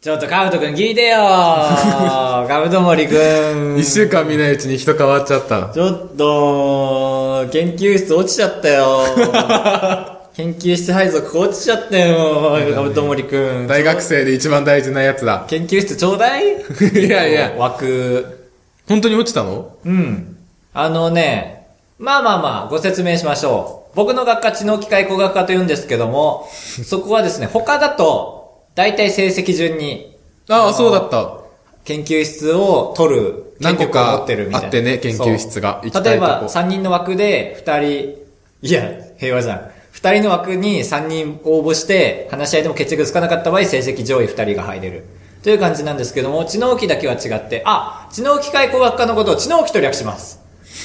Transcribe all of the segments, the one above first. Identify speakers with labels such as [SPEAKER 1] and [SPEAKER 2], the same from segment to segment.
[SPEAKER 1] ちょっとカブトくん聞い てよカブト森くん。
[SPEAKER 2] 一週間見ないうちに人変わっちゃった。
[SPEAKER 1] ちょっと、研究室落ちちゃった よ。研究室配属落ちちゃったよ、カブト森くん。
[SPEAKER 2] 大学生で一番大事なやつだ。
[SPEAKER 1] 研究室ちょうだい
[SPEAKER 2] いやいや
[SPEAKER 1] 枠。
[SPEAKER 2] 本当に落ちたの
[SPEAKER 1] うん。あのね、まあまあまあ、ご説明しましょう。僕の学科知能機械工学科と言うんですけど も、そこはですね、他だと、大体成績順に
[SPEAKER 2] ああ、そうだった。
[SPEAKER 1] 研究室を取る
[SPEAKER 2] 何個
[SPEAKER 1] 権
[SPEAKER 2] か
[SPEAKER 1] 力を持ってるみたいな
[SPEAKER 2] あってね研究室が
[SPEAKER 1] そう
[SPEAKER 2] 行きた
[SPEAKER 1] 例え
[SPEAKER 2] いとこ
[SPEAKER 1] ば3人の枠で2人いや平和じゃん2人の枠に3人応募して話し合いでも決着つかなかった場合成績上位2人が入れるという感じなんですけども知能機だけは違ってあ知能機械工学科のことを知能機と略します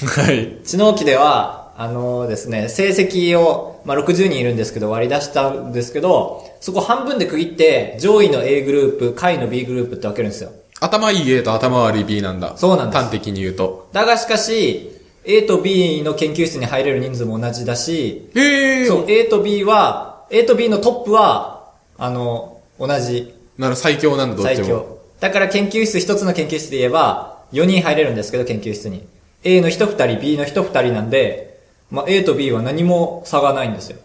[SPEAKER 2] はい。
[SPEAKER 1] 知能機ではあのですね成績を、まあ、60人いるんですけど割り出したんですけどそこ半分で区切って上位の A グループ下位の B グループって分けるんですよ
[SPEAKER 2] 頭いい A と頭悪い B なんだ。
[SPEAKER 1] そうなんです
[SPEAKER 2] 端的に言うと。
[SPEAKER 1] だがしかし、A と B の研究室に入れる人数も同じだし、
[SPEAKER 2] ええ
[SPEAKER 1] そう、A と B は、A と B のトップは、あの、同じ、
[SPEAKER 2] なら最強なんだ、どっ
[SPEAKER 1] 最
[SPEAKER 2] ちも。
[SPEAKER 1] 強。だから研究室、一つの研究室で言えば、4人入れるんですけど、研究室に。A の人2人、B の人2人なんで、まあ、A と B は何も差がないんですよ。
[SPEAKER 2] へ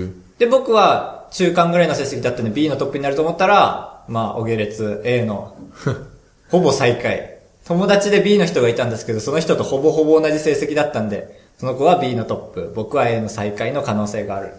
[SPEAKER 2] え。
[SPEAKER 1] で、僕は中間ぐらいの成績だったんで B のトップになると思ったら、まあ、お下列 A の、ほぼ最下位。友達で B の人がいたんですけど、その人とほぼほぼ同じ成績だったんで、その子は B のトップ、僕は A の最下位の可能性がある。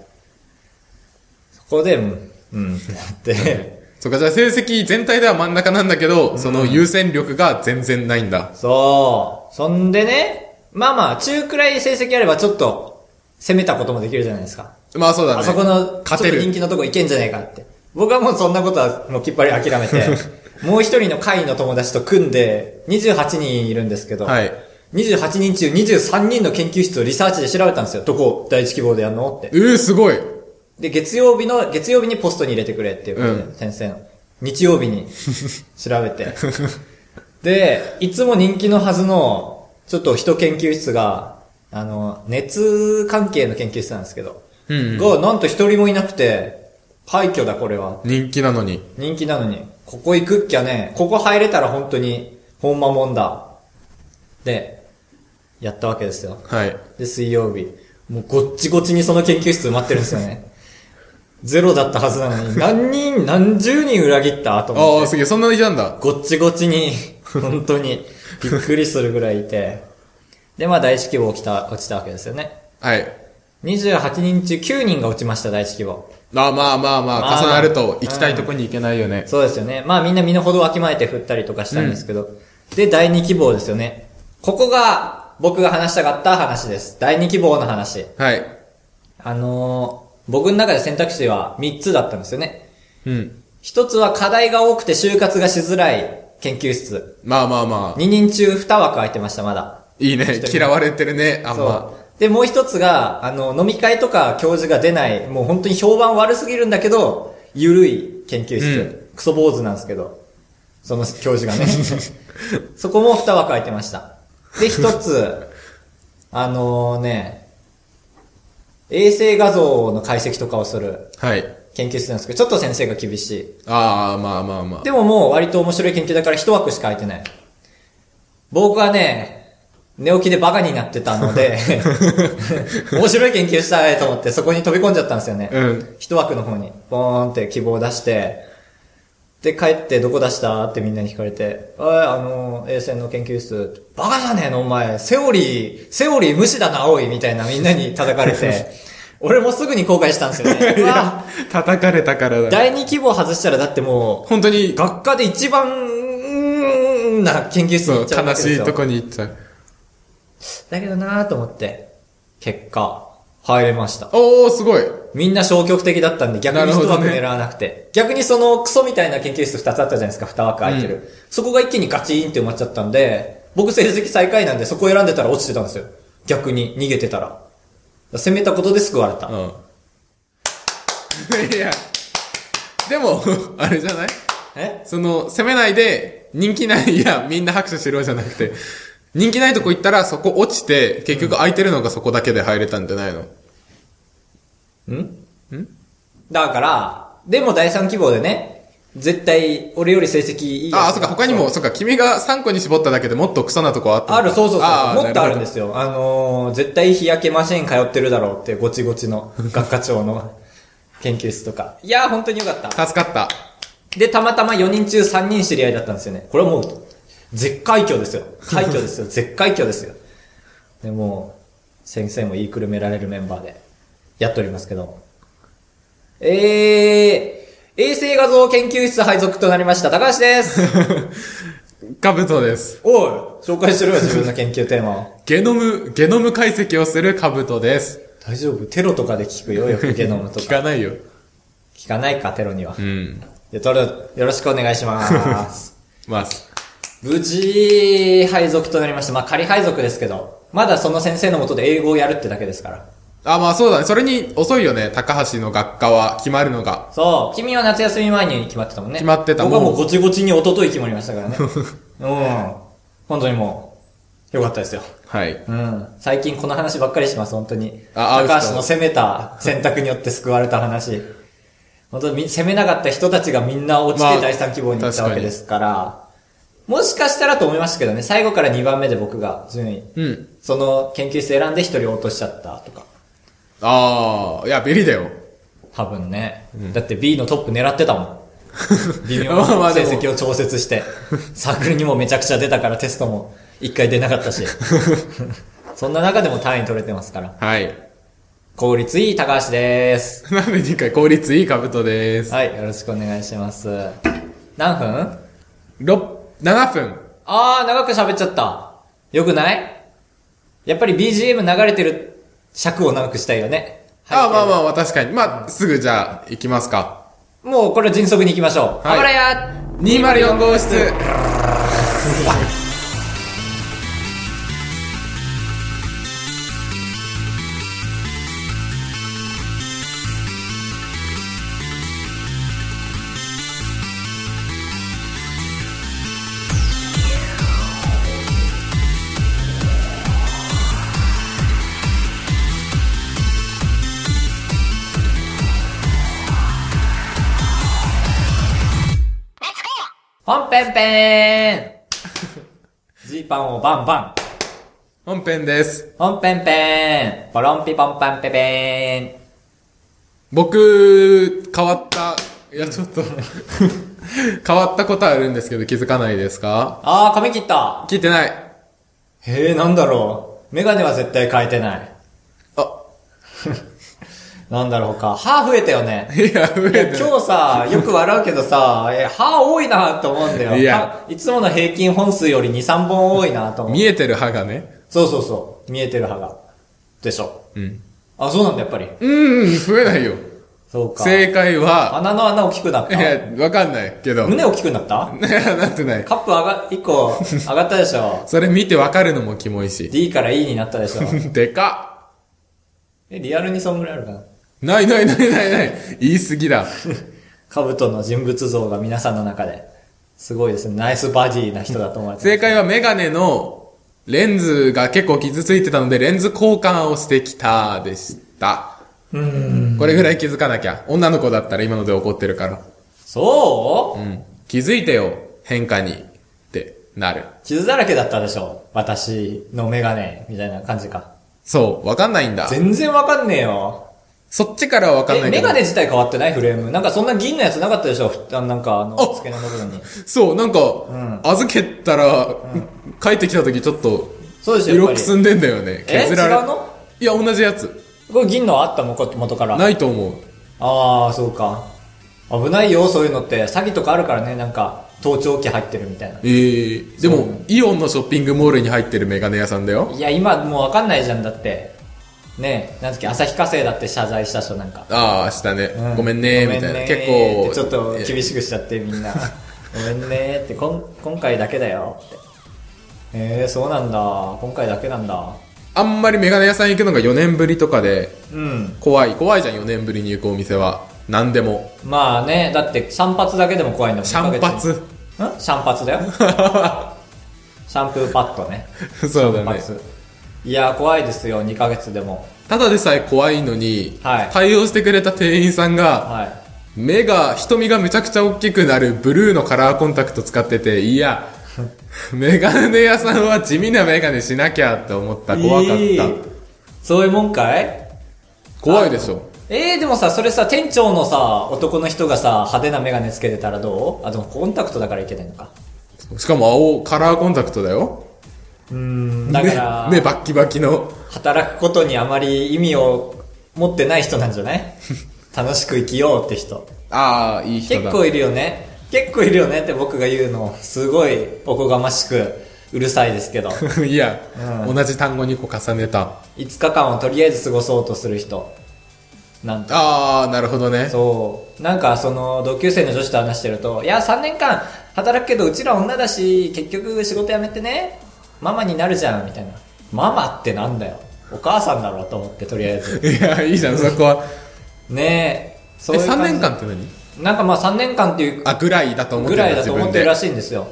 [SPEAKER 1] そこで、うん、うん、ってなって、
[SPEAKER 2] そうか、じゃあ成績全体では真ん中なんだけど、その優先力が全然ないんだ。
[SPEAKER 1] そう。そんでね、まあまあ、中くらい成績あればちょっと、攻めたこともできるじゃないですか。
[SPEAKER 2] まあそうだね。
[SPEAKER 1] あそこの、
[SPEAKER 2] 勝て
[SPEAKER 1] ちょっと人
[SPEAKER 2] る。
[SPEAKER 1] 気のとこ行けんじゃないかって。僕はもうそんなことはもうきっぱり諦め て、もう一人の会の友達と組んで、28人いるんですけど、
[SPEAKER 2] はい。
[SPEAKER 1] 28人中23人の研究室をリサーチで調べたんですよ。どこ第一希望でやんのって
[SPEAKER 2] え。え、すごい。
[SPEAKER 1] で、月曜日の、月曜日にポストに入れてくれっていうことで、
[SPEAKER 2] うん
[SPEAKER 1] 先生の。日曜日 に調べて。で、いつも人気のはずの、ちょっと人研究室が、あの、熱関係の研究室なんですけど、
[SPEAKER 2] うんうん。
[SPEAKER 1] が、なんと一人もいなくて、廃墟だこれは。
[SPEAKER 2] 人気なのに。
[SPEAKER 1] 人気なのに。ここ行くっきゃね、ここ入れたら本当に、ほんまもんだ。で、やったわけですよ。
[SPEAKER 2] はい。
[SPEAKER 1] で、水曜日。もうごっちごちにその研究室埋まってるんですよね。 ゼロだったはずなの に、何人、何十人裏切ったと思っ
[SPEAKER 2] ああ、
[SPEAKER 1] て。
[SPEAKER 2] すげえ、そんなにいたんだ。
[SPEAKER 1] ごっちごちに、本当に、びっくりするぐらいいて。で、まあ、大式望起きた、落ちたわけですよね。
[SPEAKER 2] はい。
[SPEAKER 1] 28人中9人が落ちました、大式望。
[SPEAKER 2] まあまあまあま
[SPEAKER 1] まあ
[SPEAKER 2] あ、重なると行きたいとこに行けないよね。
[SPEAKER 1] そうですよね。まあみんな身の程をわきまえて振ったりとかしたんですけど。で、第二希望ですよね。ここが僕が話したかった話です。第二希望の話。
[SPEAKER 2] はい。
[SPEAKER 1] あのー僕の中で選択肢は3つだったんですよね。
[SPEAKER 2] うん。
[SPEAKER 1] 1つは課題が多くて就活がしづらい研究室。
[SPEAKER 2] まあまあまあ。
[SPEAKER 1] 2人中2枠空いてました、まだ。
[SPEAKER 2] いいね。嫌われてるね、あんま
[SPEAKER 1] そ。う。で、もう一つが、あの、飲み会とか教授が出ない、もう本当に評判悪すぎるんだけど、ゆるい研究室。クソ坊主なんですけど。その教授が ね。そこも二枠空いてました。で、一つ、あのね、衛星画像の解析とかをする
[SPEAKER 2] はい。
[SPEAKER 1] 研究室なんですけど、ちょっと先生が厳しい。
[SPEAKER 2] ああ、まあまあまあ。
[SPEAKER 1] でももう割と面白い研究だから一枠しか空いてない。僕はね、寝起きでバカになってたので、面白い研究したいと思ってそこに飛び込んじゃったんですよね。
[SPEAKER 2] うん。
[SPEAKER 1] 一枠の方に、ボーンって希望を出して、で、帰ってどこ出したってみんなに聞かれて、おい、あの、衛星の研究室、バカじゃねえのお前、セオリー、セオリー無視だな、おい、みたいなみんなに叩かれて、俺もすぐに後悔したんですよ ね。うわ
[SPEAKER 2] 叩かれたからだ。
[SPEAKER 1] 第二希望外したらだってもう、
[SPEAKER 2] 本当に、
[SPEAKER 1] 学科で一番、うーんな研究室に
[SPEAKER 2] そ
[SPEAKER 1] 行
[SPEAKER 2] う
[SPEAKER 1] っ、ちゃうわ
[SPEAKER 2] 悲
[SPEAKER 1] けです
[SPEAKER 2] し
[SPEAKER 1] よ。
[SPEAKER 2] いとこに行っちゃう。
[SPEAKER 1] だけどなーと思って、結果、入れました。
[SPEAKER 2] おー、すごい。
[SPEAKER 1] みんな消極的だったんで、逆に
[SPEAKER 2] なるほ
[SPEAKER 1] 一
[SPEAKER 2] ど
[SPEAKER 1] 枠
[SPEAKER 2] ね
[SPEAKER 1] 狙わなくて。逆にそのクソみたいな研究室二つあったじゃないですか、二枠空いてる。
[SPEAKER 2] うん
[SPEAKER 1] そこが一気にガチーンって埋まっちゃったんで、僕成績最下位なんで、そこ選んでたら落ちてたんですよ。逆に、逃げてたら。だから攻めたことで救われた。
[SPEAKER 2] うん。いや、でも、 あれじゃない
[SPEAKER 1] え
[SPEAKER 2] その、攻めないで、人気ない、いや、みんな拍手しろじゃなくて、人気ないとこ行ったらそこ落ちて、結局空いてるのがそこだけで入れたんじゃないの
[SPEAKER 1] んんだから、でも第三希望でね、絶対、俺より成績いいやつ
[SPEAKER 2] ああ、そっか、他にも、そっか、君が3個に絞っただけでもっとクソなとこあったのか
[SPEAKER 1] ある、そうそうそう
[SPEAKER 2] あ。
[SPEAKER 1] そう。もっとあるんですすよ。あのー、絶対日焼けマシン通ってるだろうって、ごちごち の学科長の研究室とか。いやー、本当によかった。
[SPEAKER 2] なるほど助かった。
[SPEAKER 1] で、たまたま4人中3人知り合いだったんですよね。これはもう、絶海峡ですよ。海峡 ですよ。絶海峡ですよ。でもう、先生も言いくるめられるメンバーで、やっておりますけど。えー、衛星画像研究室配属となりました、高橋 です。
[SPEAKER 2] カブトです。
[SPEAKER 1] おい、紹介するよ、自分の研究テーマを。
[SPEAKER 2] ゲノム、ゲノム解析をするカブトです。
[SPEAKER 1] 大丈夫テロとかで聞く よ、よくゲノムと
[SPEAKER 2] 聞
[SPEAKER 1] か。
[SPEAKER 2] かないよ。
[SPEAKER 1] 聞かないか、テロには
[SPEAKER 2] う。ん。
[SPEAKER 1] で、トル、よろしくお願いし ます。
[SPEAKER 2] ます。
[SPEAKER 1] 無事、配属となりました。まあ、仮配属ですけど、まだその先生のもとで英語をやるってだけですから。
[SPEAKER 2] あ、まあそうだね。それに遅いよね。高橋の学科は決まるのが。
[SPEAKER 1] そう、君は夏休み前に決まってたもんね。
[SPEAKER 2] 決まってた
[SPEAKER 1] 僕はもう
[SPEAKER 2] もう
[SPEAKER 1] ごちごちに一昨日決まりましたからね。うん。本当にもう、よかったですよ。
[SPEAKER 2] はい。
[SPEAKER 1] うん。最近この話ばっかりします、本当に。
[SPEAKER 2] あ合う人
[SPEAKER 1] 高橋の攻めた選択によって救われた話。本当にみ攻めなかった人たちがみんな落ち
[SPEAKER 2] まあ
[SPEAKER 1] て第三希望に行っ
[SPEAKER 2] 確
[SPEAKER 1] た
[SPEAKER 2] かに
[SPEAKER 1] わけですから、もしかしたらと思いましたけどね、最後から2番目で僕が順位、
[SPEAKER 2] うん。
[SPEAKER 1] その研究室選んで1人落としちゃったとか、
[SPEAKER 2] ああ、いや、ベリだよ。
[SPEAKER 1] 多分ね、だって B のトップ狙ってたもん。微妙
[SPEAKER 2] まあま
[SPEAKER 1] な
[SPEAKER 2] あで
[SPEAKER 1] 成
[SPEAKER 2] も
[SPEAKER 1] 績を調節して、サークルにもめちゃくちゃ出たからテストも1回出なかった し、そんな中でも単位取れてますから。
[SPEAKER 2] はい。
[SPEAKER 1] 効率いい高橋です。
[SPEAKER 2] なんで次回効率いいカブトです。
[SPEAKER 1] はい、よろしくお願いします。何分
[SPEAKER 2] 六7分。
[SPEAKER 1] あー、長く喋っちゃった。よくないやっぱり BGM 流れてる尺を長くしたいよね。
[SPEAKER 2] ああ、まあ
[SPEAKER 1] あ。
[SPEAKER 2] まあまあ、確かに。まあ、すぐじゃあ、行きますか。
[SPEAKER 1] もうこれ迅速に行きましょう。
[SPEAKER 2] は
[SPEAKER 1] あ
[SPEAKER 2] い
[SPEAKER 1] ばらや
[SPEAKER 2] 204号室。
[SPEAKER 1] 本編ペーンジーパンをバンバン
[SPEAKER 2] 本編です。
[SPEAKER 1] 本編ペーンポロンピポンパンペペーン
[SPEAKER 2] 僕、変わった、いや、ちょっと、変わったことあるんですけど、気づかないですか
[SPEAKER 1] あー、髪切った
[SPEAKER 2] 聞いてない。
[SPEAKER 1] へえ、なんだろう。メガネは絶対変えてない。
[SPEAKER 2] あ、
[SPEAKER 1] なんだろうか。歯増えたよね。
[SPEAKER 2] いや、増え
[SPEAKER 1] いや
[SPEAKER 2] てない。
[SPEAKER 1] 今日さ、よく笑うけどさ、え歯多いなと思うんだよ。
[SPEAKER 2] いや
[SPEAKER 1] 歯いつもの平均本数より2、3本多いなと思う。
[SPEAKER 2] 見えてる歯がね。
[SPEAKER 1] そうそうそう。見えてる歯が。でしょ。
[SPEAKER 2] うん。
[SPEAKER 1] あ、そうなんだ、やっぱり。
[SPEAKER 2] うん、増えないよ。
[SPEAKER 1] そうか。
[SPEAKER 2] 正解は、
[SPEAKER 1] 鼻の穴大きくなっ
[SPEAKER 2] い
[SPEAKER 1] た。
[SPEAKER 2] や、わかんないけど。い
[SPEAKER 1] 胸大きくなった
[SPEAKER 2] や、 なってない。。
[SPEAKER 1] カップ上が、1個上がったでしょ
[SPEAKER 2] それ見てわかるのもキモいし。
[SPEAKER 1] D から E になったでしょ。
[SPEAKER 2] でか
[SPEAKER 1] え、リアルにそんぐらいあるかな。
[SPEAKER 2] っないないないないない。言い過ぎだ。
[SPEAKER 1] カブトの人物像が皆さんの中で。すごいですね。ナイスバディな人だと思われてます。
[SPEAKER 2] 正解はメガネのレンズが結構傷ついてたので、レンズ交換をしてきたでした。これぐらい気づかなきゃ。女の子だったら今ので怒ってるから。。
[SPEAKER 1] そううん
[SPEAKER 2] 気づいてよ、変化に。ってなる。
[SPEAKER 1] 傷だらけだったでしょ私のメガネ、みたいな感じか。
[SPEAKER 2] そう、わかんないんだ。
[SPEAKER 1] 全然わかんねえよ。
[SPEAKER 2] そっちからはわかんな
[SPEAKER 1] え、
[SPEAKER 2] いけ
[SPEAKER 1] メ
[SPEAKER 2] ど
[SPEAKER 1] ガ。ネ自体変わってないフレーム。なんかそんな銀のやつなかったでしょふあなんかあの、
[SPEAKER 2] あ
[SPEAKER 1] 付け根の部分に。
[SPEAKER 2] そう、なんか、
[SPEAKER 1] ん
[SPEAKER 2] 預けたら、帰ってきた時ちょっと、
[SPEAKER 1] そうでしょやっ
[SPEAKER 2] 色
[SPEAKER 1] ぱ
[SPEAKER 2] く
[SPEAKER 1] り
[SPEAKER 2] すんでんだよね。
[SPEAKER 1] え違
[SPEAKER 2] 削
[SPEAKER 1] う
[SPEAKER 2] られ
[SPEAKER 1] の
[SPEAKER 2] いや、同じやつ。
[SPEAKER 1] これ銀のあったのこ元から。
[SPEAKER 2] ないと思う。
[SPEAKER 1] あー、そうか。危ないよ、そういうのって。詐欺とかあるからね、なんか、盗聴器入ってるみたいな。
[SPEAKER 2] ええでも、イオンのショッピングモールに入ってるメガネ屋さんだよ。
[SPEAKER 1] いや、今もうわかんないじゃん、だって。ねえ、なんだっけ、旭化成だって謝罪した人なんか。
[SPEAKER 2] ああ、したね、
[SPEAKER 1] うん
[SPEAKER 2] ごめんねみたいな。結構。
[SPEAKER 1] ちょっと
[SPEAKER 2] え
[SPEAKER 1] 厳しくしちゃってみんな ごめんねーってこん今回だけだよってえー、そうなんだ今回だけなんだ
[SPEAKER 2] あんまりメガネ屋さん行くのが4年ぶりとかで、
[SPEAKER 1] うん
[SPEAKER 2] 怖い。怖いじゃん、4年ぶりに行くお店は。何でも。
[SPEAKER 1] まあねだってシャンパツだけでも怖いんだもん
[SPEAKER 2] シャンパツ。
[SPEAKER 1] んシャンパツだよ シャンプーパッドね
[SPEAKER 2] そうだ
[SPEAKER 1] パ
[SPEAKER 2] ね。
[SPEAKER 1] ツいやー怖いですよ2ヶ月でも
[SPEAKER 2] ただでさえ怖いのに、
[SPEAKER 1] はい
[SPEAKER 2] 対応してくれた店員さんが、
[SPEAKER 1] はい
[SPEAKER 2] 目が、瞳がめちゃくちゃ大きくなるブルーのカラーコンタクト使ってて、いや、 メガネ屋さんは地味なメガネしなきゃって思った。怖かった。
[SPEAKER 1] いいそういうもんかい
[SPEAKER 2] 怖いでしょ。
[SPEAKER 1] えー、でもさ、それさ、店長のさ、男の人がさ、派手なメガネつけてたらどうあ、でもコンタクトだからいけないのか。
[SPEAKER 2] しかも青、カラーコンタクトだよ。
[SPEAKER 1] うーん、だから、
[SPEAKER 2] 目、目バッキバキの。
[SPEAKER 1] 働くことにあまり意味を持ってない人なんじゃない 楽しく生きようって人。
[SPEAKER 2] ああ、いい人だ。
[SPEAKER 1] 結構いるよね。結構いるよねって僕が言うの、すごいおこがましく、うるさいですけ ど。
[SPEAKER 2] いや、
[SPEAKER 1] うん
[SPEAKER 2] 同じ単語2個重ねた。
[SPEAKER 1] 5日間をとりあえず過ごそうとする人。なんと。
[SPEAKER 2] ああ、なるほどね。
[SPEAKER 1] そう。なんか、その、同級生の女子と話してると、いや、3年間働くけど、うちら女だし、結局仕事辞めてね、ママになるじゃん、みたいな。ママってなんだよ。お母さんだろ、と思って、とりあえず。
[SPEAKER 2] いや、いいじゃん、そこは。
[SPEAKER 1] ねえ、そ
[SPEAKER 2] え、
[SPEAKER 1] ういう
[SPEAKER 2] 3
[SPEAKER 1] 感じ
[SPEAKER 2] 年間って何
[SPEAKER 1] なんかまあ3年間っていう
[SPEAKER 2] あ、ぐらいだと思っ
[SPEAKER 1] ぐ
[SPEAKER 2] てる
[SPEAKER 1] ら
[SPEAKER 2] ん
[SPEAKER 1] いだと思ってるらしいんですよ。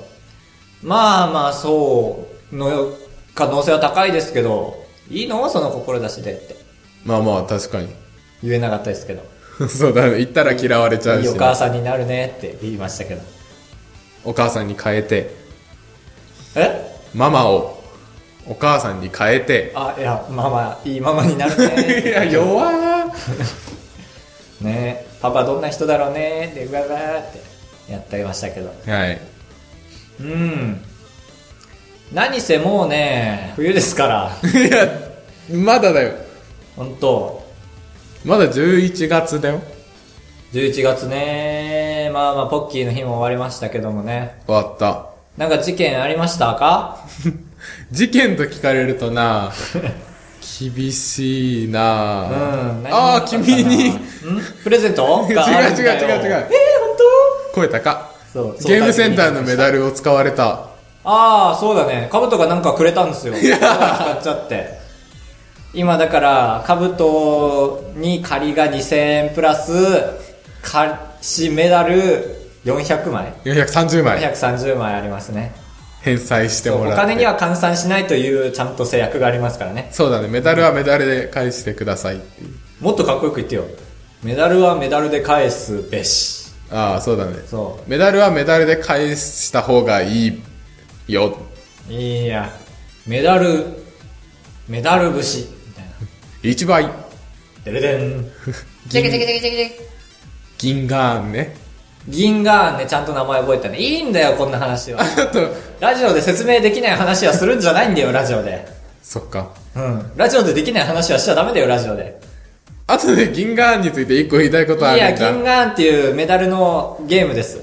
[SPEAKER 1] まあまあ、そう、の可能性は高いですけど、いいのその志でって。
[SPEAKER 2] まあまあ、確かに。
[SPEAKER 1] 言えなかったですけど。
[SPEAKER 2] そうだね。言ったら嫌われちゃう
[SPEAKER 1] いい
[SPEAKER 2] し
[SPEAKER 1] お
[SPEAKER 2] ね、
[SPEAKER 1] 母さんになるねって言いましたけど。
[SPEAKER 2] お母さんに変えて、
[SPEAKER 1] え
[SPEAKER 2] ママをお母さんに変えて、
[SPEAKER 1] あ、いや、ママ、いいママになるねっ
[SPEAKER 2] い
[SPEAKER 1] て。
[SPEAKER 2] や、弱ー。
[SPEAKER 1] ねパパどんな人だろうねって、うわわってやってましたけど。
[SPEAKER 2] はい。
[SPEAKER 1] うん。何せもうね、冬ですから。
[SPEAKER 2] いや、まだだよ。
[SPEAKER 1] 本当
[SPEAKER 2] まだ11月だよ。
[SPEAKER 1] 11月ね、まあまあ、ポッキーの日も終わりましたけどもね。
[SPEAKER 2] 終わった。
[SPEAKER 1] なんか事件ありましたか
[SPEAKER 2] 事件と聞かれるとな厳しいな
[SPEAKER 1] うん。何も
[SPEAKER 2] ああ、君に
[SPEAKER 1] んプレゼント
[SPEAKER 2] 違う違う
[SPEAKER 1] があるんだよ
[SPEAKER 2] 違う違う
[SPEAKER 1] えー、本当
[SPEAKER 2] 声高
[SPEAKER 1] そうそう
[SPEAKER 2] ゲームセンターのメダルを使われた。
[SPEAKER 1] ああ、そうだね。カブトがなんかくれたんですよ。使っちゃって。今だから、カブトに借りが2000円プラス、貸しメダル400枚
[SPEAKER 2] 430枚
[SPEAKER 1] ?430 枚ありますね。
[SPEAKER 2] 返済して
[SPEAKER 1] そう
[SPEAKER 2] も
[SPEAKER 1] お
[SPEAKER 2] らって。
[SPEAKER 1] 金には換算しないというちゃんと制約がありますからね。
[SPEAKER 2] そうだね、メダルはメダルで返してくださいっていう。
[SPEAKER 1] もっとかっこよく言ってよ。メダルはメダルで返すべし。
[SPEAKER 2] ああ、そうだね。
[SPEAKER 1] そ
[SPEAKER 2] メダルはメダルで返した方がいいよ。
[SPEAKER 1] う。いや、メダル、メダル節。みたいな。
[SPEAKER 2] 一倍。
[SPEAKER 1] でれでん。
[SPEAKER 2] 銀銀ガーンね。
[SPEAKER 1] 銀河ね、ちゃんと名前覚えたね。いいんだよ、こんな話は。
[SPEAKER 2] ちょっと、
[SPEAKER 1] ラジオで説明できない話はするんじゃないんだよ、ラジオで。
[SPEAKER 2] そっか。
[SPEAKER 1] うん。ラジオでできない話はしちゃダメだよ、ラジオで。
[SPEAKER 2] あとで銀ガーンについて一個言いたいことあ
[SPEAKER 1] いや、
[SPEAKER 2] るん
[SPEAKER 1] 銀
[SPEAKER 2] だ。
[SPEAKER 1] 河っていうメダルのゲームです。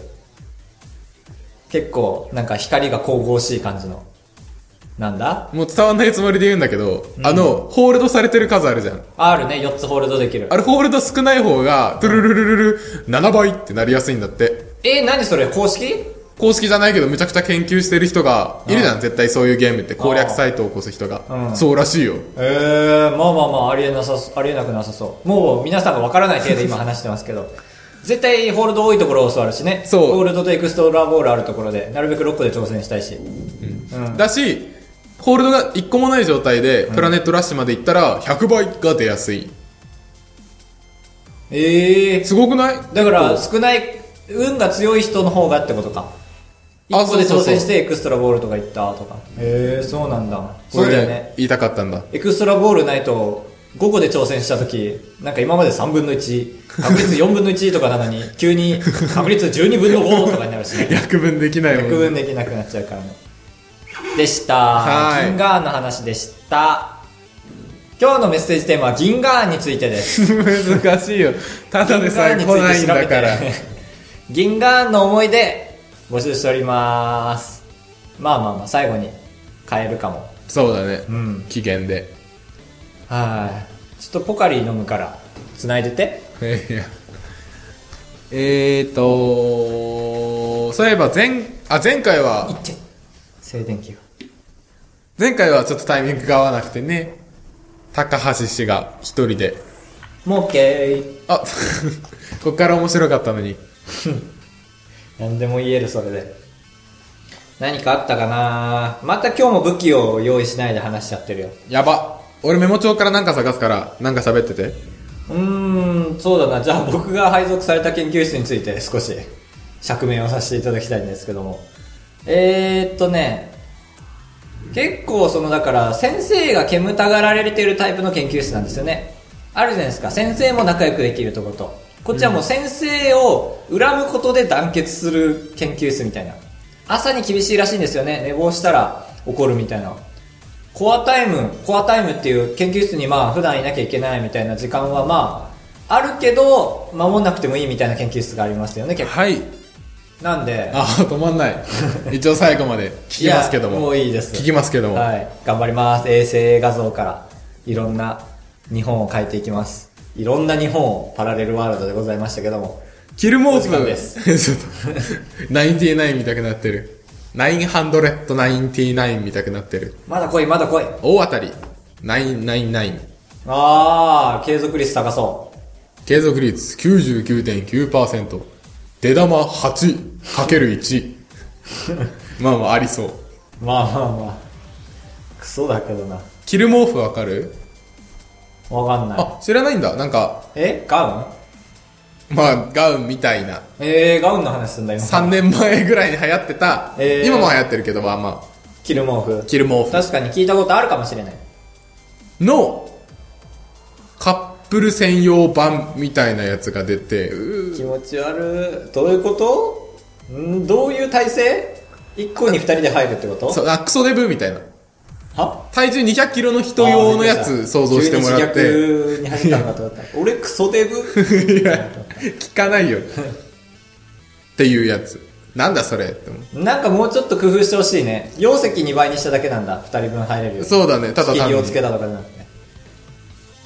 [SPEAKER 1] 結構、なんか光が神々しい感じの。なんだ
[SPEAKER 2] もう伝わんないつもりで言うんだけど、あの、ホールドされてる数あるじゃん。
[SPEAKER 1] ?R ね、4つホールドできる
[SPEAKER 2] あ。れホールド少ない方が、トゥルルルルル、7倍ってなりやすいんだって。
[SPEAKER 1] えー、何それ公式
[SPEAKER 2] 公式じゃないけど、めちゃくちゃ研究してる人がいるじゃん。絶対そういうゲームって攻略サイトを起こす人
[SPEAKER 1] う
[SPEAKER 2] が。
[SPEAKER 1] ん
[SPEAKER 2] そうらしいよ。
[SPEAKER 1] えー、まあまあまあ、ありえなさそ、ありえなくなさそう。もう皆さんがわからない程度今話してますけ ど。絶対ホールド多いところを教わるしね。
[SPEAKER 2] そう
[SPEAKER 1] ホールドとエクストラボールあるところで、なるべく6個で挑戦したいし。うん。
[SPEAKER 2] だし、ホールドが1個もない状態で、プラネットラッシュまで行ったら、100倍が出やすい。
[SPEAKER 1] ええ
[SPEAKER 2] すごくない
[SPEAKER 1] ー。だから、少ない、運が強い人の方がってことか。1個で
[SPEAKER 2] そう
[SPEAKER 1] 挑
[SPEAKER 2] そうそう
[SPEAKER 1] 戦してエクストラボールとか行ったとか。ええー、そうなんだ。そうだよね。。
[SPEAKER 2] 言いたかったんだ。
[SPEAKER 1] エクストラボールないと、5個で挑戦したとき、なんか今まで3分の1、確率4分の1とかな のに、急に確率12分の5とかになるし、ね、
[SPEAKER 2] 約分できないもん。
[SPEAKER 1] 約分できなくなっちゃうからね。でした。
[SPEAKER 2] はい
[SPEAKER 1] 銀ガーンの話でした。今日のメッセージテーマは銀ガーンについてです。
[SPEAKER 2] 難しいよ。ただでさえ来ないん だから。
[SPEAKER 1] 銀河の思い出募集しておりますまあまあまあ最後に変えるかも
[SPEAKER 2] そうだね。
[SPEAKER 1] ん
[SPEAKER 2] 期限で。
[SPEAKER 1] はいちょっとポカリ飲むから繋いでて
[SPEAKER 2] いやえーと、そういえば前、あ、前回は、
[SPEAKER 1] ちょ静電気が
[SPEAKER 2] 前回はちょっとタイミングが合わなくてね、高橋氏が一人で、
[SPEAKER 1] もう OK
[SPEAKER 2] あ、 こっから面白かったのに。
[SPEAKER 1] 何でも言えるそれで何かあったかなまた今日も武器を用意しないで話しちゃってるよ
[SPEAKER 2] やば。俺メモ帳からなんか探すから、なんか喋ってて。
[SPEAKER 1] うーんうん、そうだな。じゃあ僕が配属された研究室について少し釈明をさせていただきたいんですけども。えー、っとね、結構そのだから先生が煙たがられてるタイプの研究室なんですよね。あるじゃないですか。先生も仲良くできるとこと。こっちはもう先生を恨むことで団結する研究室みたいな。朝に厳しいらしいんですよね。寝坊したら怒るみたいな。コアタイム、コアタイムっていう研究室にまあ普段いなきゃいけないみたいな時間はまあ、あるけど、守んなくてもいいみたいな研究室がありますよね、結構。
[SPEAKER 2] はい。
[SPEAKER 1] なんで、
[SPEAKER 2] あ、止まんない。一応最後まで聞きますけども。
[SPEAKER 1] いやもういいです
[SPEAKER 2] 聞きますけども。
[SPEAKER 1] はい、頑張ります。衛星画像から、いろんな日本を変えていきます。いろんな日本をパラレルワールドでございましたけども。
[SPEAKER 2] キルモーツ
[SPEAKER 1] お時間です。
[SPEAKER 2] ちょっと、99みたくなってる。999みたくなってる。
[SPEAKER 1] まだ来い、まだ来い。
[SPEAKER 2] 大当たり。999。
[SPEAKER 1] あー、継続率高そ
[SPEAKER 2] 継続率99.9%。出玉 8×1。まあまあありそう。
[SPEAKER 1] う。まあまあまあ。クソだけどな。
[SPEAKER 2] キルモーフわかる
[SPEAKER 1] わかんない。
[SPEAKER 2] あ、知らないんだ。なんか、
[SPEAKER 1] えガ
[SPEAKER 2] まあガウンみたい
[SPEAKER 1] ウ
[SPEAKER 2] な。
[SPEAKER 1] ンえー、ガウンの話すんだ、今。
[SPEAKER 2] 3年前ぐらいに流行ってた、
[SPEAKER 1] えー
[SPEAKER 2] 今も流行ってるけど、まあま
[SPEAKER 1] キルモー
[SPEAKER 2] あ、
[SPEAKER 1] フ。
[SPEAKER 2] キルモー
[SPEAKER 1] 確かに聞いたことあるかもしれない。
[SPEAKER 2] フのカップル専用版みたいなやつが出て、うー
[SPEAKER 1] 気持ち悪い。どういうことんどういう体勢一個に二人で入るってこと
[SPEAKER 2] そうあクソデブみたいな。
[SPEAKER 1] は
[SPEAKER 2] 体重200キロの人用のやつ想像してもらっ
[SPEAKER 1] 急
[SPEAKER 2] て、
[SPEAKER 1] に自虐に入ったのかと思 った。俺クソデブ
[SPEAKER 2] いや、聞かないよ。っていうやつ。なんだそれって思
[SPEAKER 1] なんかもうちょっと工夫してほしいね。容積2倍にしただけなんだ。二人分入れるよ
[SPEAKER 2] う。そうだね、ただ
[SPEAKER 1] 仕切
[SPEAKER 2] 単
[SPEAKER 1] り
[SPEAKER 2] に
[SPEAKER 1] を。つけたとかじゃなくて。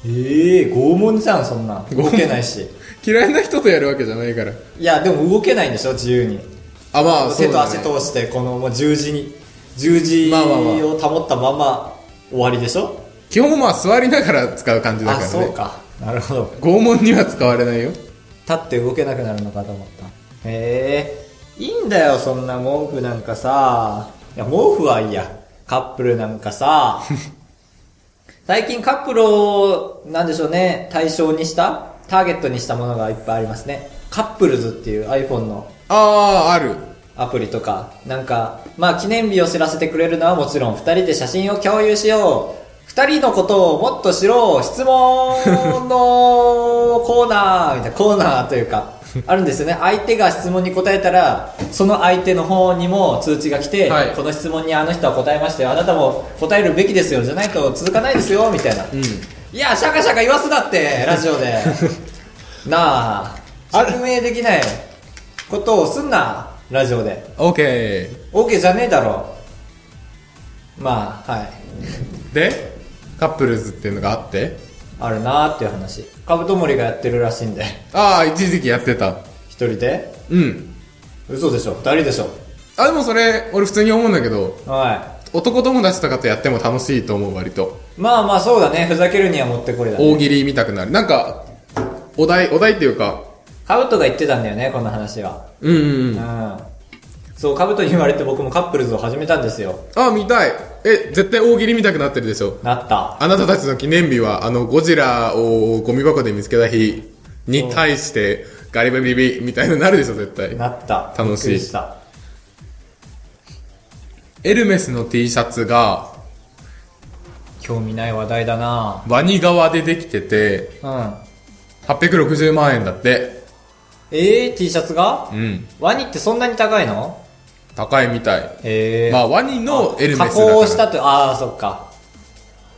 [SPEAKER 1] ええー、拷問じゃん、そんな。動けないし。
[SPEAKER 2] 嫌いな人とやるわけじゃないから。
[SPEAKER 1] いや、でも動けないんでしょ、自由に。
[SPEAKER 2] あ、まあ、そ
[SPEAKER 1] 手
[SPEAKER 2] う
[SPEAKER 1] と
[SPEAKER 2] だ、
[SPEAKER 1] 足
[SPEAKER 2] ね。
[SPEAKER 1] 通して、このもう十字に、十字
[SPEAKER 2] まあまあまあ
[SPEAKER 1] を保ったまま終わりでしょ
[SPEAKER 2] 基本まあ座りながら使う感じだ
[SPEAKER 1] あ、
[SPEAKER 2] から
[SPEAKER 1] そう
[SPEAKER 2] ね。
[SPEAKER 1] か。なるほど。
[SPEAKER 2] 拷問には使われないよ。
[SPEAKER 1] 立って動けなくなるのかと思った。へえ、いいんだよ、そんな毛布なんかさ。いや、毛布はいいや。カップルなんかさ。最近カップルを、なんでしょうね、対象にした、ターゲットにしたものがいっぱいありますね。カップルズっていう iPhone の
[SPEAKER 2] ああ、ある。
[SPEAKER 1] アプリとか、なんか、まあ記念日を知らせてくれるのはもちろん、二人で写真を共有しよう。二人のことをもっと知ろう。質問のコーナー、みたいな、コーナーというか、あるんですよね。相手が質問に答えたら、その相手の方にも通知が来て、
[SPEAKER 2] はい
[SPEAKER 1] この質問にあの人は答えましたよ。あなたも答えるべきですよ。じゃないと続かないですよ、みたいな。
[SPEAKER 2] うん。
[SPEAKER 1] いや、シャカシャカ言わすなって、ラジオ で。なあ、釈明できないことをすんな、ラジオで。
[SPEAKER 2] オッケ
[SPEAKER 1] OK じゃねえだろ。まあ、はい。
[SPEAKER 2] ー。で、カップルズっていうのがあって。
[SPEAKER 1] あるなーっていう話。カブトモリがやってるらしいんで。
[SPEAKER 2] ああ、一時期やってた。
[SPEAKER 1] 一人で
[SPEAKER 2] うん。
[SPEAKER 1] 嘘でしょ二人でしょ
[SPEAKER 2] あ、でもそれ、俺普通に思うんだけど、
[SPEAKER 1] は
[SPEAKER 2] 男友達とかとやっても楽しいと思う、割と。
[SPEAKER 1] い。まあまあ、そうだね。ふざけるにはもってこいだ、ね。
[SPEAKER 2] 大喜利見たくなる。なんか、お題、お題っていうか、
[SPEAKER 1] カブトが言ってたんだよね、この話は。
[SPEAKER 2] うんうんうん。あ
[SPEAKER 1] うん。そう、カブトに言われて僕もカップルズを始めたんですよ。
[SPEAKER 2] あ、見たい。え、絶対大喜利見たくなってるでしょ。
[SPEAKER 1] なった。
[SPEAKER 2] あなたたちの記念日は、あの、ゴジラをゴミ箱で見つけた日に対して、ガリバリビみたいになるでしょ、絶対。
[SPEAKER 1] なった。
[SPEAKER 2] 楽しい
[SPEAKER 1] びっくりした。
[SPEAKER 2] エルメスの T シャツが、
[SPEAKER 1] 興味ない話題だな
[SPEAKER 2] ワニ側でできてて、
[SPEAKER 1] うん。
[SPEAKER 2] 860万円だって。
[SPEAKER 1] えー、T シャツが
[SPEAKER 2] うん。
[SPEAKER 1] ワニってそんなに高いの
[SPEAKER 2] 高いみたい。
[SPEAKER 1] えー。
[SPEAKER 2] まあ、ワニのエルメスだ
[SPEAKER 1] 加
[SPEAKER 2] から。
[SPEAKER 1] 工したと、ああ、そっか。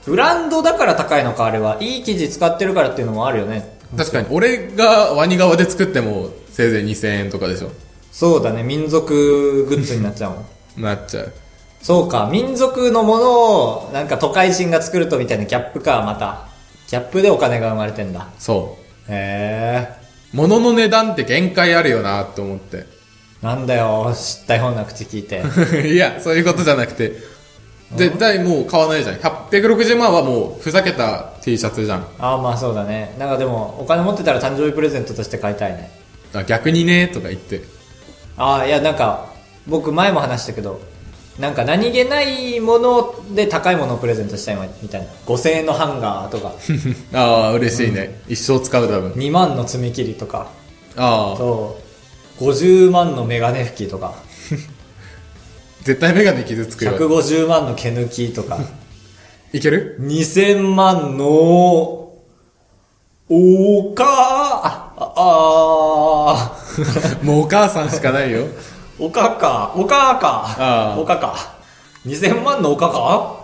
[SPEAKER 1] ブランドだから高いのか、あれは。いい生地使ってるからっていうのもあるよね。
[SPEAKER 2] 確かに、俺がワニ側で作っても、せいぜい2000円とかでしょ。
[SPEAKER 1] そうだね、民族グッズになっちゃ うもん。
[SPEAKER 2] なっちゃう。
[SPEAKER 1] そうか、民族のものを、なんか都会人が作るとみたいなギャップか、また。ギャップでお金が生まれてんだ。
[SPEAKER 2] そ
[SPEAKER 1] へえ。
[SPEAKER 2] う。物の値段って限界あるよなと思って。
[SPEAKER 1] なんだよ、知ったような口聞いて。
[SPEAKER 2] いや、そういうことじゃなくて、絶対もう買わないじゃん。860万はもう、ふざけた T シャツじゃん。
[SPEAKER 1] ああ、まあそうだね。なんかでも、お金持ってたら誕生日プレゼントとして買いたいね。
[SPEAKER 2] あ逆にね、とか言って。
[SPEAKER 1] ああいやなんか僕前も話したけどなんか何気ないもので高いものをプレゼントしたいみたいな。5000円のハンガーとか、
[SPEAKER 2] ああ、嬉しいね。一生使う多分。
[SPEAKER 1] 2万の爪切りとか、
[SPEAKER 2] ああ、
[SPEAKER 1] そう、50万のメガネ拭きとか、
[SPEAKER 2] 絶対メガネ傷つくよ。
[SPEAKER 1] 150万の毛抜きとか、
[SPEAKER 2] いける
[SPEAKER 1] 2000万の、おかあ、あ、あー、
[SPEAKER 2] もうお母さんしかないよ。
[SPEAKER 1] おかか、おか
[SPEAKER 2] あ
[SPEAKER 1] か、
[SPEAKER 2] ー
[SPEAKER 1] おかか。2000万のおかか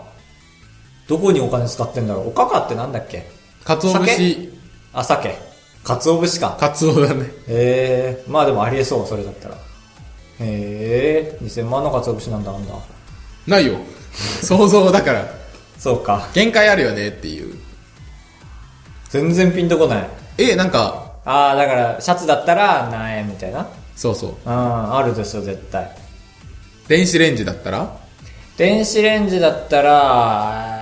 [SPEAKER 1] どこにお金使ってんだろうおかかってなんだっけ
[SPEAKER 2] 鰹節、
[SPEAKER 1] あ、鮭。かつお節か。
[SPEAKER 2] 鰹だね。
[SPEAKER 1] ええー、まあでもありえそう、それだったら。ええー、2000万のかつお節なんだ、なんだ。
[SPEAKER 2] ないよ。想像だから。
[SPEAKER 1] そうか。
[SPEAKER 2] 限界あるよねっていう。
[SPEAKER 1] 全然ピンとこない。
[SPEAKER 2] え、なんか、
[SPEAKER 1] ああ、だから、シャツだったら何円みたいな。
[SPEAKER 2] そうそう。
[SPEAKER 1] うん、あるでしょ、絶対。
[SPEAKER 2] 電子レンジだったら
[SPEAKER 1] 電子レンジだったら、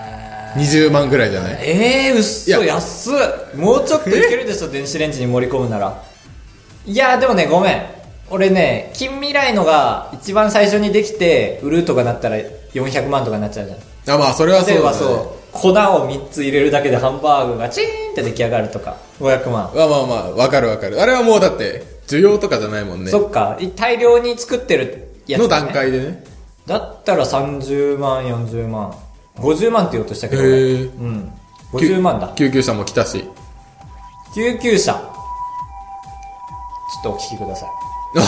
[SPEAKER 2] 20万ぐらいじゃない
[SPEAKER 1] ええー、うっそ、
[SPEAKER 2] いや
[SPEAKER 1] 安っもうちょっといけるでしょ、電子レンジに盛り込むなら。いやー、でもね、ごめん。俺ね、近未来のが一番最初にできて、売るとかなったら400万とかになっちゃうじゃん。
[SPEAKER 2] あ、まあ、それはそう
[SPEAKER 1] 例えば
[SPEAKER 2] だ、ね。
[SPEAKER 1] そう、粉を3つ入れるだけでハンバーグがチーンって出来上がるとか、500万。
[SPEAKER 2] まあまあまあ、わかるわかる。あれはもうだって、需要とかじゃないもんね。
[SPEAKER 1] そっか、い大量に作ってるやつ、ね。
[SPEAKER 2] の段階でね。
[SPEAKER 1] だったら30万、40万。50万って言おうとしたけど、ね、
[SPEAKER 2] へー
[SPEAKER 1] うん。50万だ。
[SPEAKER 2] 救急車も来たし。
[SPEAKER 1] 救急車。ちょっとお聞きください。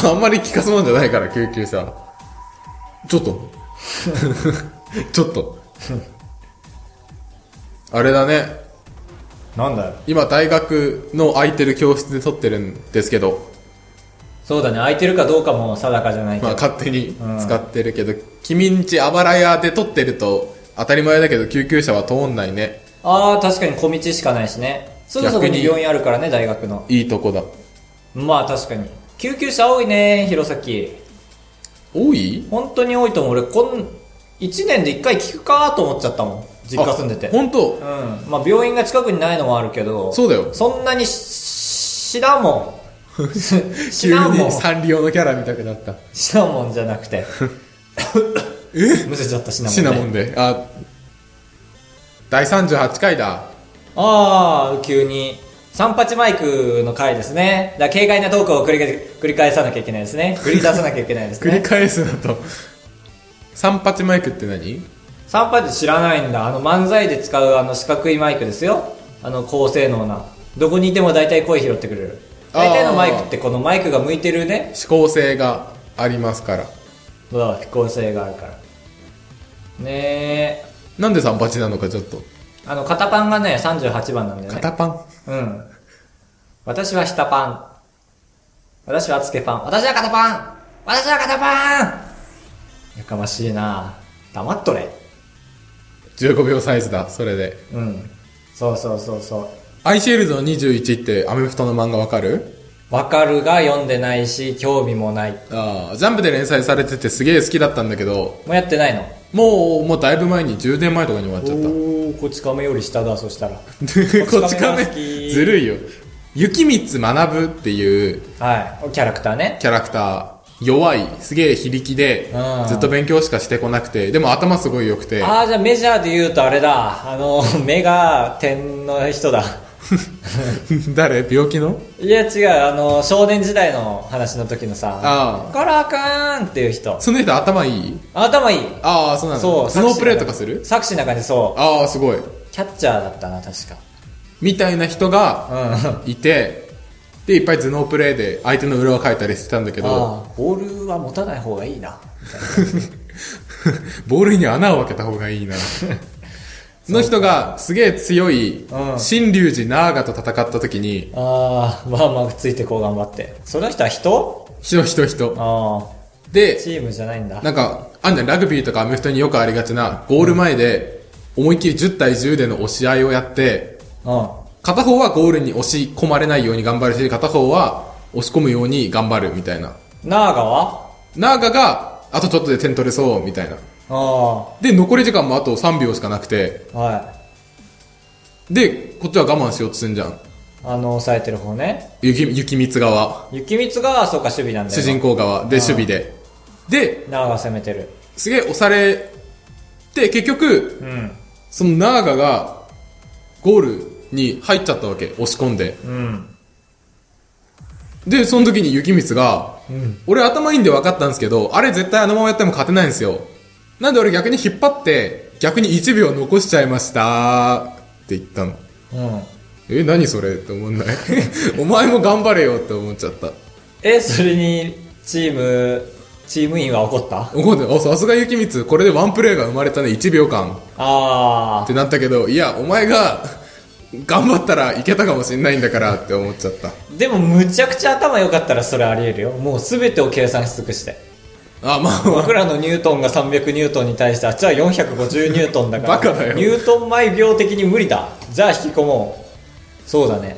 [SPEAKER 2] ああんまり聞かすもんじゃないから、救急車。ちょっと。 ちょっと。あれだね。
[SPEAKER 1] なんだよ。
[SPEAKER 2] 今、大学の空いてる教室で撮ってるんですけど、
[SPEAKER 1] そうだね、空いてるかどうかも定かじゃないけ
[SPEAKER 2] まあ、
[SPEAKER 1] ど。
[SPEAKER 2] 勝手に使ってるけど、君んちあばら屋で撮ってると、当たり前だけど、救急車は通んないね。
[SPEAKER 1] あー、確かに小道しかないしね。すぐそこに病院あるからね、大学の。
[SPEAKER 2] いいとこだ。
[SPEAKER 1] まあ確かに。救急車多いね、弘前。
[SPEAKER 2] 多い
[SPEAKER 1] 本当に多いと思う。俺、こん、1年で1回聞くかと思っちゃったもん。実家住んでて。
[SPEAKER 2] あ
[SPEAKER 1] うん。
[SPEAKER 2] 本当
[SPEAKER 1] まあ病院が近くにないのもあるけど。
[SPEAKER 2] そうだよ
[SPEAKER 1] そんなにし、知らん もん。知
[SPEAKER 2] 急
[SPEAKER 1] らんもん
[SPEAKER 2] に。サンリオのキャラ見たくなった。
[SPEAKER 1] シナモンじゃなくて。
[SPEAKER 2] え
[SPEAKER 1] むせちゃったシナモン、ね。
[SPEAKER 2] シナモンで。あ、第38回だ。
[SPEAKER 1] ああ、急に。三八マイクの回ですね。だから軽快なトークを繰り繰り返さなきゃいけないですね。繰り出さなきゃいけないです
[SPEAKER 2] 繰り
[SPEAKER 1] ね。
[SPEAKER 2] 返すのと。三八マイクって何
[SPEAKER 1] 三八知らないんだ。あの漫才で使うあの四角いマイクですよ。あの高性能な。どこにいても大体声拾ってくれる。
[SPEAKER 2] あー
[SPEAKER 1] 大体のマイクってこのマイクが向いてるね。
[SPEAKER 2] 指向性がありますから。
[SPEAKER 1] そう飛行性があるから。ねえ。
[SPEAKER 2] なんで三八なのかちょっと。
[SPEAKER 1] あの、肩パンがね、38番なんだよね。
[SPEAKER 2] 肩パン。
[SPEAKER 1] うん。私は下パン。私はつけパン。私は肩パン私は肩パンやかましいな黙っとれ。
[SPEAKER 2] 15秒サイズだ、それで。
[SPEAKER 1] うん。そうそうそうそ
[SPEAKER 2] アイシェルド21ってアメフトの漫画わかる
[SPEAKER 1] う。わかるが読んでないし、興味もない。も
[SPEAKER 2] ああ、ジャンプで連載されててすげえ好きだったんだけど、
[SPEAKER 1] うやってないの
[SPEAKER 2] もう、もうだいぶ前に10年前とかに終わっちゃった。
[SPEAKER 1] おー、こち亀より下だ、そしたら。
[SPEAKER 2] こっち
[SPEAKER 1] 亀
[SPEAKER 2] 亀
[SPEAKER 1] が好き
[SPEAKER 2] ずるいよ。雪光学ぶっていう
[SPEAKER 1] はい。キャラクターね。
[SPEAKER 2] キャラクター、弱い、すげえ非力で
[SPEAKER 1] う、ん
[SPEAKER 2] ずっと勉強しかしてこなくて、でも頭すごい良くて、
[SPEAKER 1] あー、じゃあメジャーで言うとあれだ。あの、目が点の人だ。
[SPEAKER 2] 誰病気の
[SPEAKER 1] いや違う、あの、少年時代の話の時のさ、
[SPEAKER 2] あ
[SPEAKER 1] カラーカーンっていう人
[SPEAKER 2] あ。。その人頭いい
[SPEAKER 1] 頭いい。
[SPEAKER 2] ああ、そうなんだ。
[SPEAKER 1] そう。
[SPEAKER 2] スノープレーとかする
[SPEAKER 1] 作詞の中でそ
[SPEAKER 2] ああ、すごい。
[SPEAKER 1] う。キャッチャーだったな、確か。
[SPEAKER 2] みたいな人が
[SPEAKER 1] うん。
[SPEAKER 2] いて、で、いっぱい頭脳プレーで相手の裏をかいたりしてたんだけど、
[SPEAKER 1] ああ、ボールは持たない方がいいな。
[SPEAKER 2] ボールに穴を開けた方がい いな。の人がすげえ強い
[SPEAKER 1] うん、
[SPEAKER 2] 新龍寺ナーガと戦った時に、
[SPEAKER 1] ああ、まあまあ、ついてこう頑張って。その人は人
[SPEAKER 2] 人人人。
[SPEAKER 1] ああ、
[SPEAKER 2] で、
[SPEAKER 1] チームじゃないんだ。
[SPEAKER 2] なんか、あんじゃん、ラグビーとかアメフトによくありがちな、ゴール前で、思いっきり10対10での押し合いをやって、
[SPEAKER 1] うん。
[SPEAKER 2] 片方はゴールに押し込まれないように頑張るし、片方は押し込むように頑張るみたいな。
[SPEAKER 1] ナーガは
[SPEAKER 2] ナーガが、あとちょっとで点取れそう、みたいな。
[SPEAKER 1] あ
[SPEAKER 2] で、残り時間もあと3秒しかなくて、
[SPEAKER 1] あ、はい。
[SPEAKER 2] で、こっちは我慢しようとすんじゃん。
[SPEAKER 1] あの、抑えてる方ね。
[SPEAKER 2] 雪、雪光側、
[SPEAKER 1] 雪光が、そうか、守備なんだよ。
[SPEAKER 2] 主人公側、で、守備で。で、
[SPEAKER 1] ナーガ攻めてる。
[SPEAKER 2] すげえ押されて、結局、
[SPEAKER 1] うん。
[SPEAKER 2] そのナーガが、ゴールに入っちゃったわけ。押し込んで。
[SPEAKER 1] うん。
[SPEAKER 2] で、その時に雪光が、
[SPEAKER 1] うん。
[SPEAKER 2] 俺頭いいんで分かったんですけど、あれ絶対あのままやっても勝てないんですよ。なんで俺逆に引っ張って、逆に1秒残しちゃいましたって言ったの。
[SPEAKER 1] うん。
[SPEAKER 2] え、何それって思んない お前も頑張れよって思っちゃった。
[SPEAKER 1] え、それに、チーム、チーム員は怒った
[SPEAKER 2] 怒って、あ、さすが雪光、これでワンプレーが生まれたね、1秒間。っ
[SPEAKER 1] あ
[SPEAKER 2] てなったけど、いや、お前が頑張ったらいけたかもしんないんだからって思っちゃった。
[SPEAKER 1] ー。でも、むちゃくちゃ頭良かったらそれあり得るよ。もう全てを計算し尽く して。
[SPEAKER 2] あ、まあまあ
[SPEAKER 1] 僕らのニュートンが300ニュートンに対して、あっちは450ニュートンだから。
[SPEAKER 2] バカだよ
[SPEAKER 1] ニュートン毎秒的に無理だ。じゃあ引き込もう。そうだね。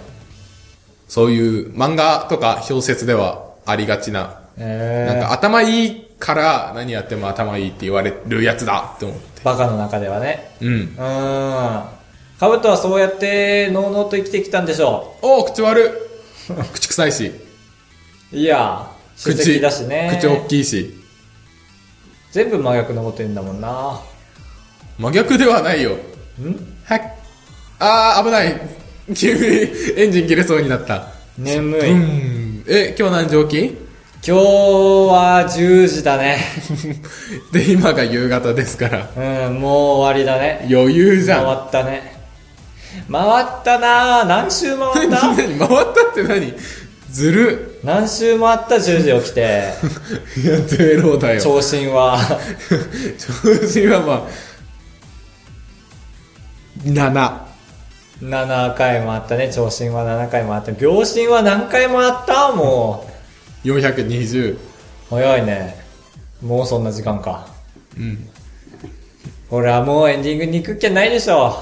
[SPEAKER 2] そういう漫画とか小説ではありがちな
[SPEAKER 1] えー、
[SPEAKER 2] なんか頭いいから何やっても頭いいって言われるやつだって思って。
[SPEAKER 1] バカの中ではね。
[SPEAKER 2] うん。
[SPEAKER 1] うーん。カブトはそうやって、のうのうと生きてきたんでしょ
[SPEAKER 2] おう口悪い 口臭いし。
[SPEAKER 1] う。いやー、
[SPEAKER 2] 口、
[SPEAKER 1] 出席だしね。
[SPEAKER 2] 口大きいし。
[SPEAKER 1] 全部真逆のこと言うんだもんな。
[SPEAKER 2] 真逆ではないよ。
[SPEAKER 1] ん
[SPEAKER 2] はい。あー、危ない。急にエ ンジン切れそうになった。
[SPEAKER 1] 眠い。
[SPEAKER 2] うん。え、今日何時起
[SPEAKER 1] 今日は10時だね。
[SPEAKER 2] き で、今が夕方ですから。
[SPEAKER 1] うん、もう終わりだね。
[SPEAKER 2] 余裕じ
[SPEAKER 1] 回
[SPEAKER 2] ゃん。
[SPEAKER 1] ったね。回ったなぁ。何周回った
[SPEAKER 2] 何回ったって何ずる。
[SPEAKER 1] 何周回った10時起きて。
[SPEAKER 2] いや、ゼロだよ。
[SPEAKER 1] 長身は。
[SPEAKER 2] 調子はまあ、7。
[SPEAKER 1] 7回回ったね。長身は7回回って。秒針は何回回ったも
[SPEAKER 2] 420。
[SPEAKER 1] う。早いね。もうそんな時間か。
[SPEAKER 2] うん。
[SPEAKER 1] ほら、もうエンディングに行くっきゃないでしょ。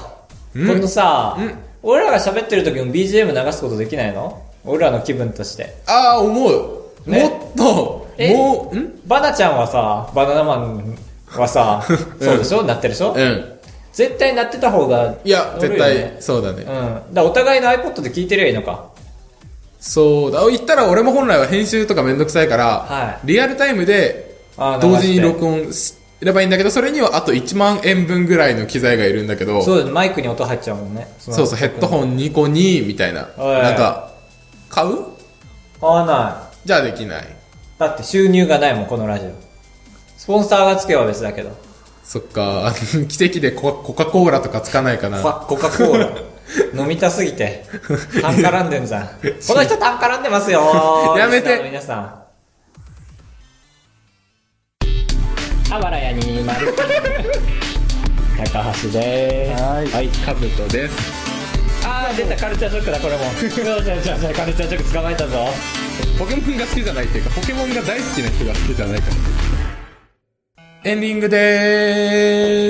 [SPEAKER 2] うん
[SPEAKER 1] 今度さ、
[SPEAKER 2] うん
[SPEAKER 1] 俺らが喋ってる時も BGM 流すことできないの俺らの気分として。
[SPEAKER 2] ああ、思う。
[SPEAKER 1] ね
[SPEAKER 2] もっと、
[SPEAKER 1] え
[SPEAKER 2] もう、ん
[SPEAKER 1] バナちゃんはさ、バナナマンは さ、そうでしょなってるでしょ
[SPEAKER 2] うん。
[SPEAKER 1] 絶対なってた方が、
[SPEAKER 2] いや、
[SPEAKER 1] 乗る
[SPEAKER 2] 絶
[SPEAKER 1] よね
[SPEAKER 2] 対、そうだ
[SPEAKER 1] うん。
[SPEAKER 2] ね。
[SPEAKER 1] だからお互いの iPod で聞いてりゃいいのか。
[SPEAKER 2] そうだ。言ったら俺も本来は編集とかめんどくさいから、
[SPEAKER 1] は
[SPEAKER 2] リアルタイムで
[SPEAKER 1] あー
[SPEAKER 2] 同時
[SPEAKER 1] 流して
[SPEAKER 2] に録音すればいいんだけど、それにはあと1万円分ぐらいの機材がいるんだけど、
[SPEAKER 1] そうだね、マイクに音入っちゃうもんね。
[SPEAKER 2] そうそう、ヘッドホン2個に、みたいな。
[SPEAKER 1] おい
[SPEAKER 2] なんか、買う
[SPEAKER 1] 合わな
[SPEAKER 2] じゃあできない。
[SPEAKER 1] い。だって収入がないもん、このラジオ。スポンサーがつけば別だけど。
[SPEAKER 2] そっか、 奇跡でココカ・コーラとかつかないかな。
[SPEAKER 1] コカコカ・コ ーラ。飲みたすぎて。タン絡んでんじゃん。この人タン絡んでますよー
[SPEAKER 2] やめ
[SPEAKER 1] リス
[SPEAKER 2] て
[SPEAKER 1] ナーの皆さん。あばらやにま る。高橋でーす。
[SPEAKER 2] はい。はい、カブトです。
[SPEAKER 1] あー、出た、カルチャーショックだ、これも。そうそうそうそうカルチャーショック捕まえたぞ。
[SPEAKER 2] ポケモンが好きじゃないっていうか、ポケモンが大好きな人が好きじゃないから。エンディングで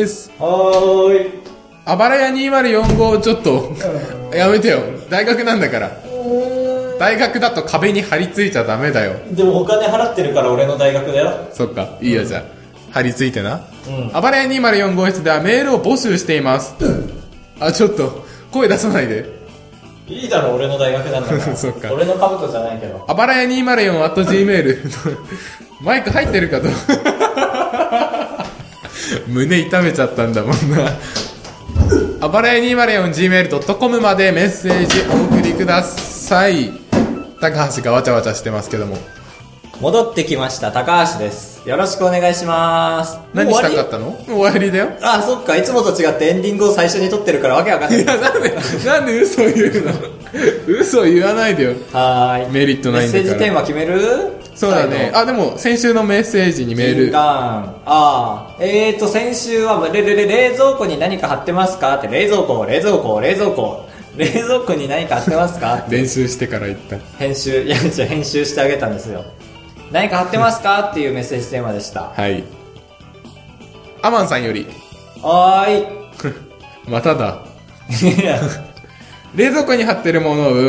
[SPEAKER 2] ーす。
[SPEAKER 1] はーい。
[SPEAKER 2] あばらや204号、ちょっと、やめてよ。大学なんだから。大学だと壁に張り付いちゃダメだよ。
[SPEAKER 1] でもお金払ってるから俺の大学だよ。
[SPEAKER 2] そっか、いいよ、じゃあ。張り付いてな。
[SPEAKER 1] うん
[SPEAKER 2] あばらや204号室ではメールを募集しています。あ、ちょっと、声出さないで。
[SPEAKER 1] いいだろ、俺の大学なんだ から。
[SPEAKER 2] そっか
[SPEAKER 1] 俺の兜じゃないけど。
[SPEAKER 2] あばらや 204.gmail マイク入ってるかと胸痛めちゃったんだもんなあばらや 204.gmail.com までメッセージお送りください高橋がわちゃわちゃしてますけども
[SPEAKER 1] 戻ってきました、高橋です。よろしくお願いします。
[SPEAKER 2] 何
[SPEAKER 1] もう
[SPEAKER 2] し
[SPEAKER 1] 終わ
[SPEAKER 2] た
[SPEAKER 1] り
[SPEAKER 2] かったの終わりだよ
[SPEAKER 1] あそっか、いつもと違ってエンディングを最初に撮ってるからわけわかんない
[SPEAKER 2] い。やなんでなんで嘘言うの嘘言わないでよ
[SPEAKER 1] はーい。
[SPEAKER 2] メリットないんだから
[SPEAKER 1] メッセージテーマ決める
[SPEAKER 2] そうだね。あでも先週のメッセージにメ
[SPEAKER 1] メー
[SPEAKER 2] ー
[SPEAKER 1] ル。
[SPEAKER 2] ル
[SPEAKER 1] ああ。えーと、先週は、れれれ冷蔵庫に何か貼ってますかって、冷蔵庫、冷蔵庫、冷蔵庫。冷蔵庫に何か貼ってますか
[SPEAKER 2] 練習してから言った
[SPEAKER 1] 編集、いや、違う編集してあげたんですよ。何か貼ってますかっていうメッセージテーマでした。
[SPEAKER 2] はいアマンさんより
[SPEAKER 1] はー
[SPEAKER 2] まただ
[SPEAKER 1] い。いや
[SPEAKER 2] 冷蔵庫に貼ってるもの、う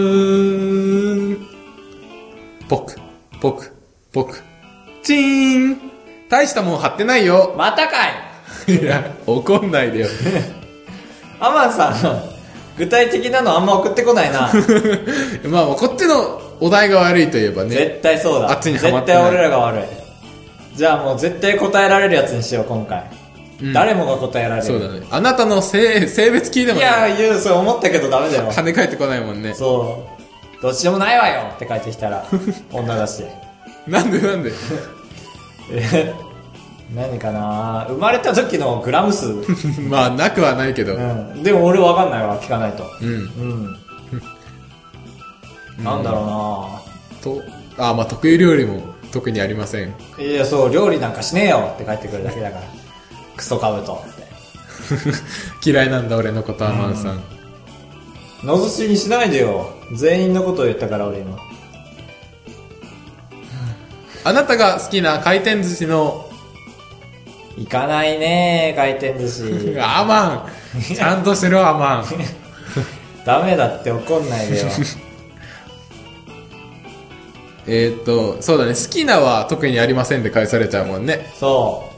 [SPEAKER 2] ーん。ポク、ポク、ポク。チーン大したもん貼ってないよ。
[SPEAKER 1] またかい
[SPEAKER 2] いや、怒んないでよ。
[SPEAKER 1] アマンさん、具体的なのあんま送ってこない な。
[SPEAKER 2] まあ、こっちのお題が悪いといえばね。
[SPEAKER 1] 絶対そうだ。
[SPEAKER 2] あっちにハマ
[SPEAKER 1] 絶
[SPEAKER 2] って
[SPEAKER 1] 対
[SPEAKER 2] ない
[SPEAKER 1] 俺らが悪い。じゃあもう絶対答えられるやつにしよう、今回。誰もが答えられる。
[SPEAKER 2] そうだね。あなたの性、性別聞いても
[SPEAKER 1] い
[SPEAKER 2] ね
[SPEAKER 1] や、言う、それ思ったけどダメだよ。
[SPEAKER 2] 跳ね返ってこないもんね。
[SPEAKER 1] そう。どっちでもないわよって返ってきたら、 女だし。
[SPEAKER 2] なんでなんで
[SPEAKER 1] え何かな生まれた時のグラ ム数。う
[SPEAKER 2] まあ、なくはないけど。
[SPEAKER 1] ん。でも俺わかんないわ、聞かないと。
[SPEAKER 2] うん。
[SPEAKER 1] うん。なんだろうな
[SPEAKER 2] と、あ、まあ、得意料理も特にありません。
[SPEAKER 1] いや、そう、料理なんかしねえよって帰ってくるだけだから。クソカブトって。
[SPEAKER 2] 嫌いなんだ、俺のことは、マンさん。
[SPEAKER 1] のずしにしないでよ。全員のことを言ったから俺今。
[SPEAKER 2] あなたが好きな回転寿司の、
[SPEAKER 1] 行かないね回転寿司。
[SPEAKER 2] アマンちゃんとしろ、アマン。
[SPEAKER 1] ダメだって怒んないでよ。
[SPEAKER 2] えーっと、そうだね、好きなは特にありませんで返されちゃうもんね。
[SPEAKER 1] そ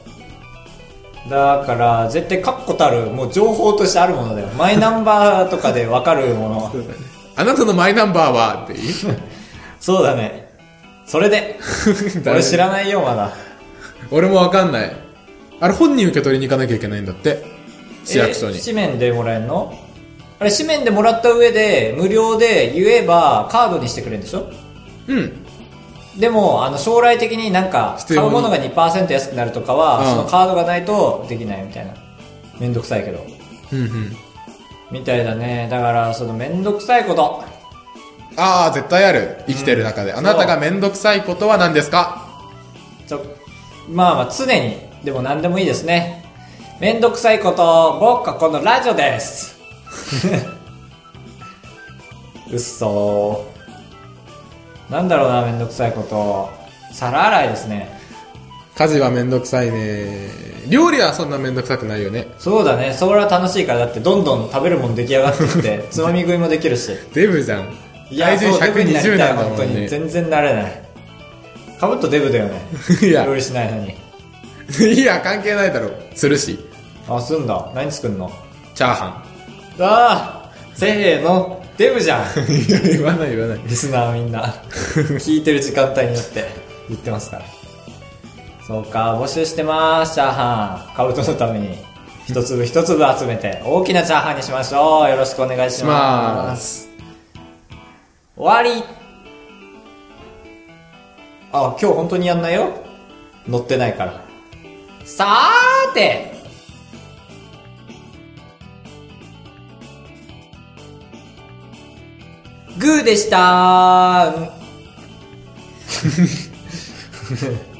[SPEAKER 1] う。だから、絶対確固たる、もう情報としてあるものだよ。マイナンバーとかでわかるも の。
[SPEAKER 2] あなたのマイナンバーはっていい
[SPEAKER 1] そうだね。それ で。
[SPEAKER 2] 誰
[SPEAKER 1] 俺知らないよ、まだ。
[SPEAKER 2] 俺もわかんない。あれ本人受け取りに行かなきゃいけないんだって。市役所に
[SPEAKER 1] え。紙面でもらえんのあれ、紙面でもらった上で、無料で言えばカードにしてくれるんでしょ
[SPEAKER 2] うん。
[SPEAKER 1] でも、あの、将来的になんか、
[SPEAKER 2] 必
[SPEAKER 1] 買う
[SPEAKER 2] 要に
[SPEAKER 1] ものが2%安くなるとかは、
[SPEAKER 2] うん
[SPEAKER 1] そのカードがないとできないみたいな。めんどくさいけど。
[SPEAKER 2] うんうん。
[SPEAKER 1] みたいだね。だから、そのめんどくさいこと。
[SPEAKER 2] ああ、絶対ある。生きてる中で。あなたがめんどくさいことは何ですか
[SPEAKER 1] ちょ、まあまあ常に、でも何でもいいですね。めんどくさいこと、僕はこのラジオです。 うっそー。なんだろうな、めんどくさいこと。皿洗いですね。
[SPEAKER 2] 家事はめんどくさいね。料理はそんなめんどくさくないよね。
[SPEAKER 1] そうだね、それは楽しいから、だってどんどん食べるもん出来上がってき て、つまみ食いもできるし。
[SPEAKER 2] デブじゃん。
[SPEAKER 1] いや、
[SPEAKER 2] 体重
[SPEAKER 1] そう、デブになり
[SPEAKER 2] 120
[SPEAKER 1] たい、
[SPEAKER 2] なんだも
[SPEAKER 1] 本
[SPEAKER 2] ん
[SPEAKER 1] 当に。
[SPEAKER 2] ね。
[SPEAKER 1] 全然なれない。かぶとデブだよね。
[SPEAKER 2] いや
[SPEAKER 1] 料理しないのに。
[SPEAKER 2] いや、関係ないだろ。するし。
[SPEAKER 1] あ、すんだ。何作んの
[SPEAKER 2] チャーハ
[SPEAKER 1] ああせーの、デブじ ゃん
[SPEAKER 2] ン。いや、 言わない言わない。
[SPEAKER 1] リスナーみんな、聞いてる時間帯によって言ってますから。そうか、募集してます、チャーハン。カブトのために、一粒一粒集めて、大きなチャーハンにしましょう。よろしくお願いし
[SPEAKER 2] しま
[SPEAKER 1] ますす。。終わりあ、今日本当にやんないよ乗ってないから。さーてグーでしたー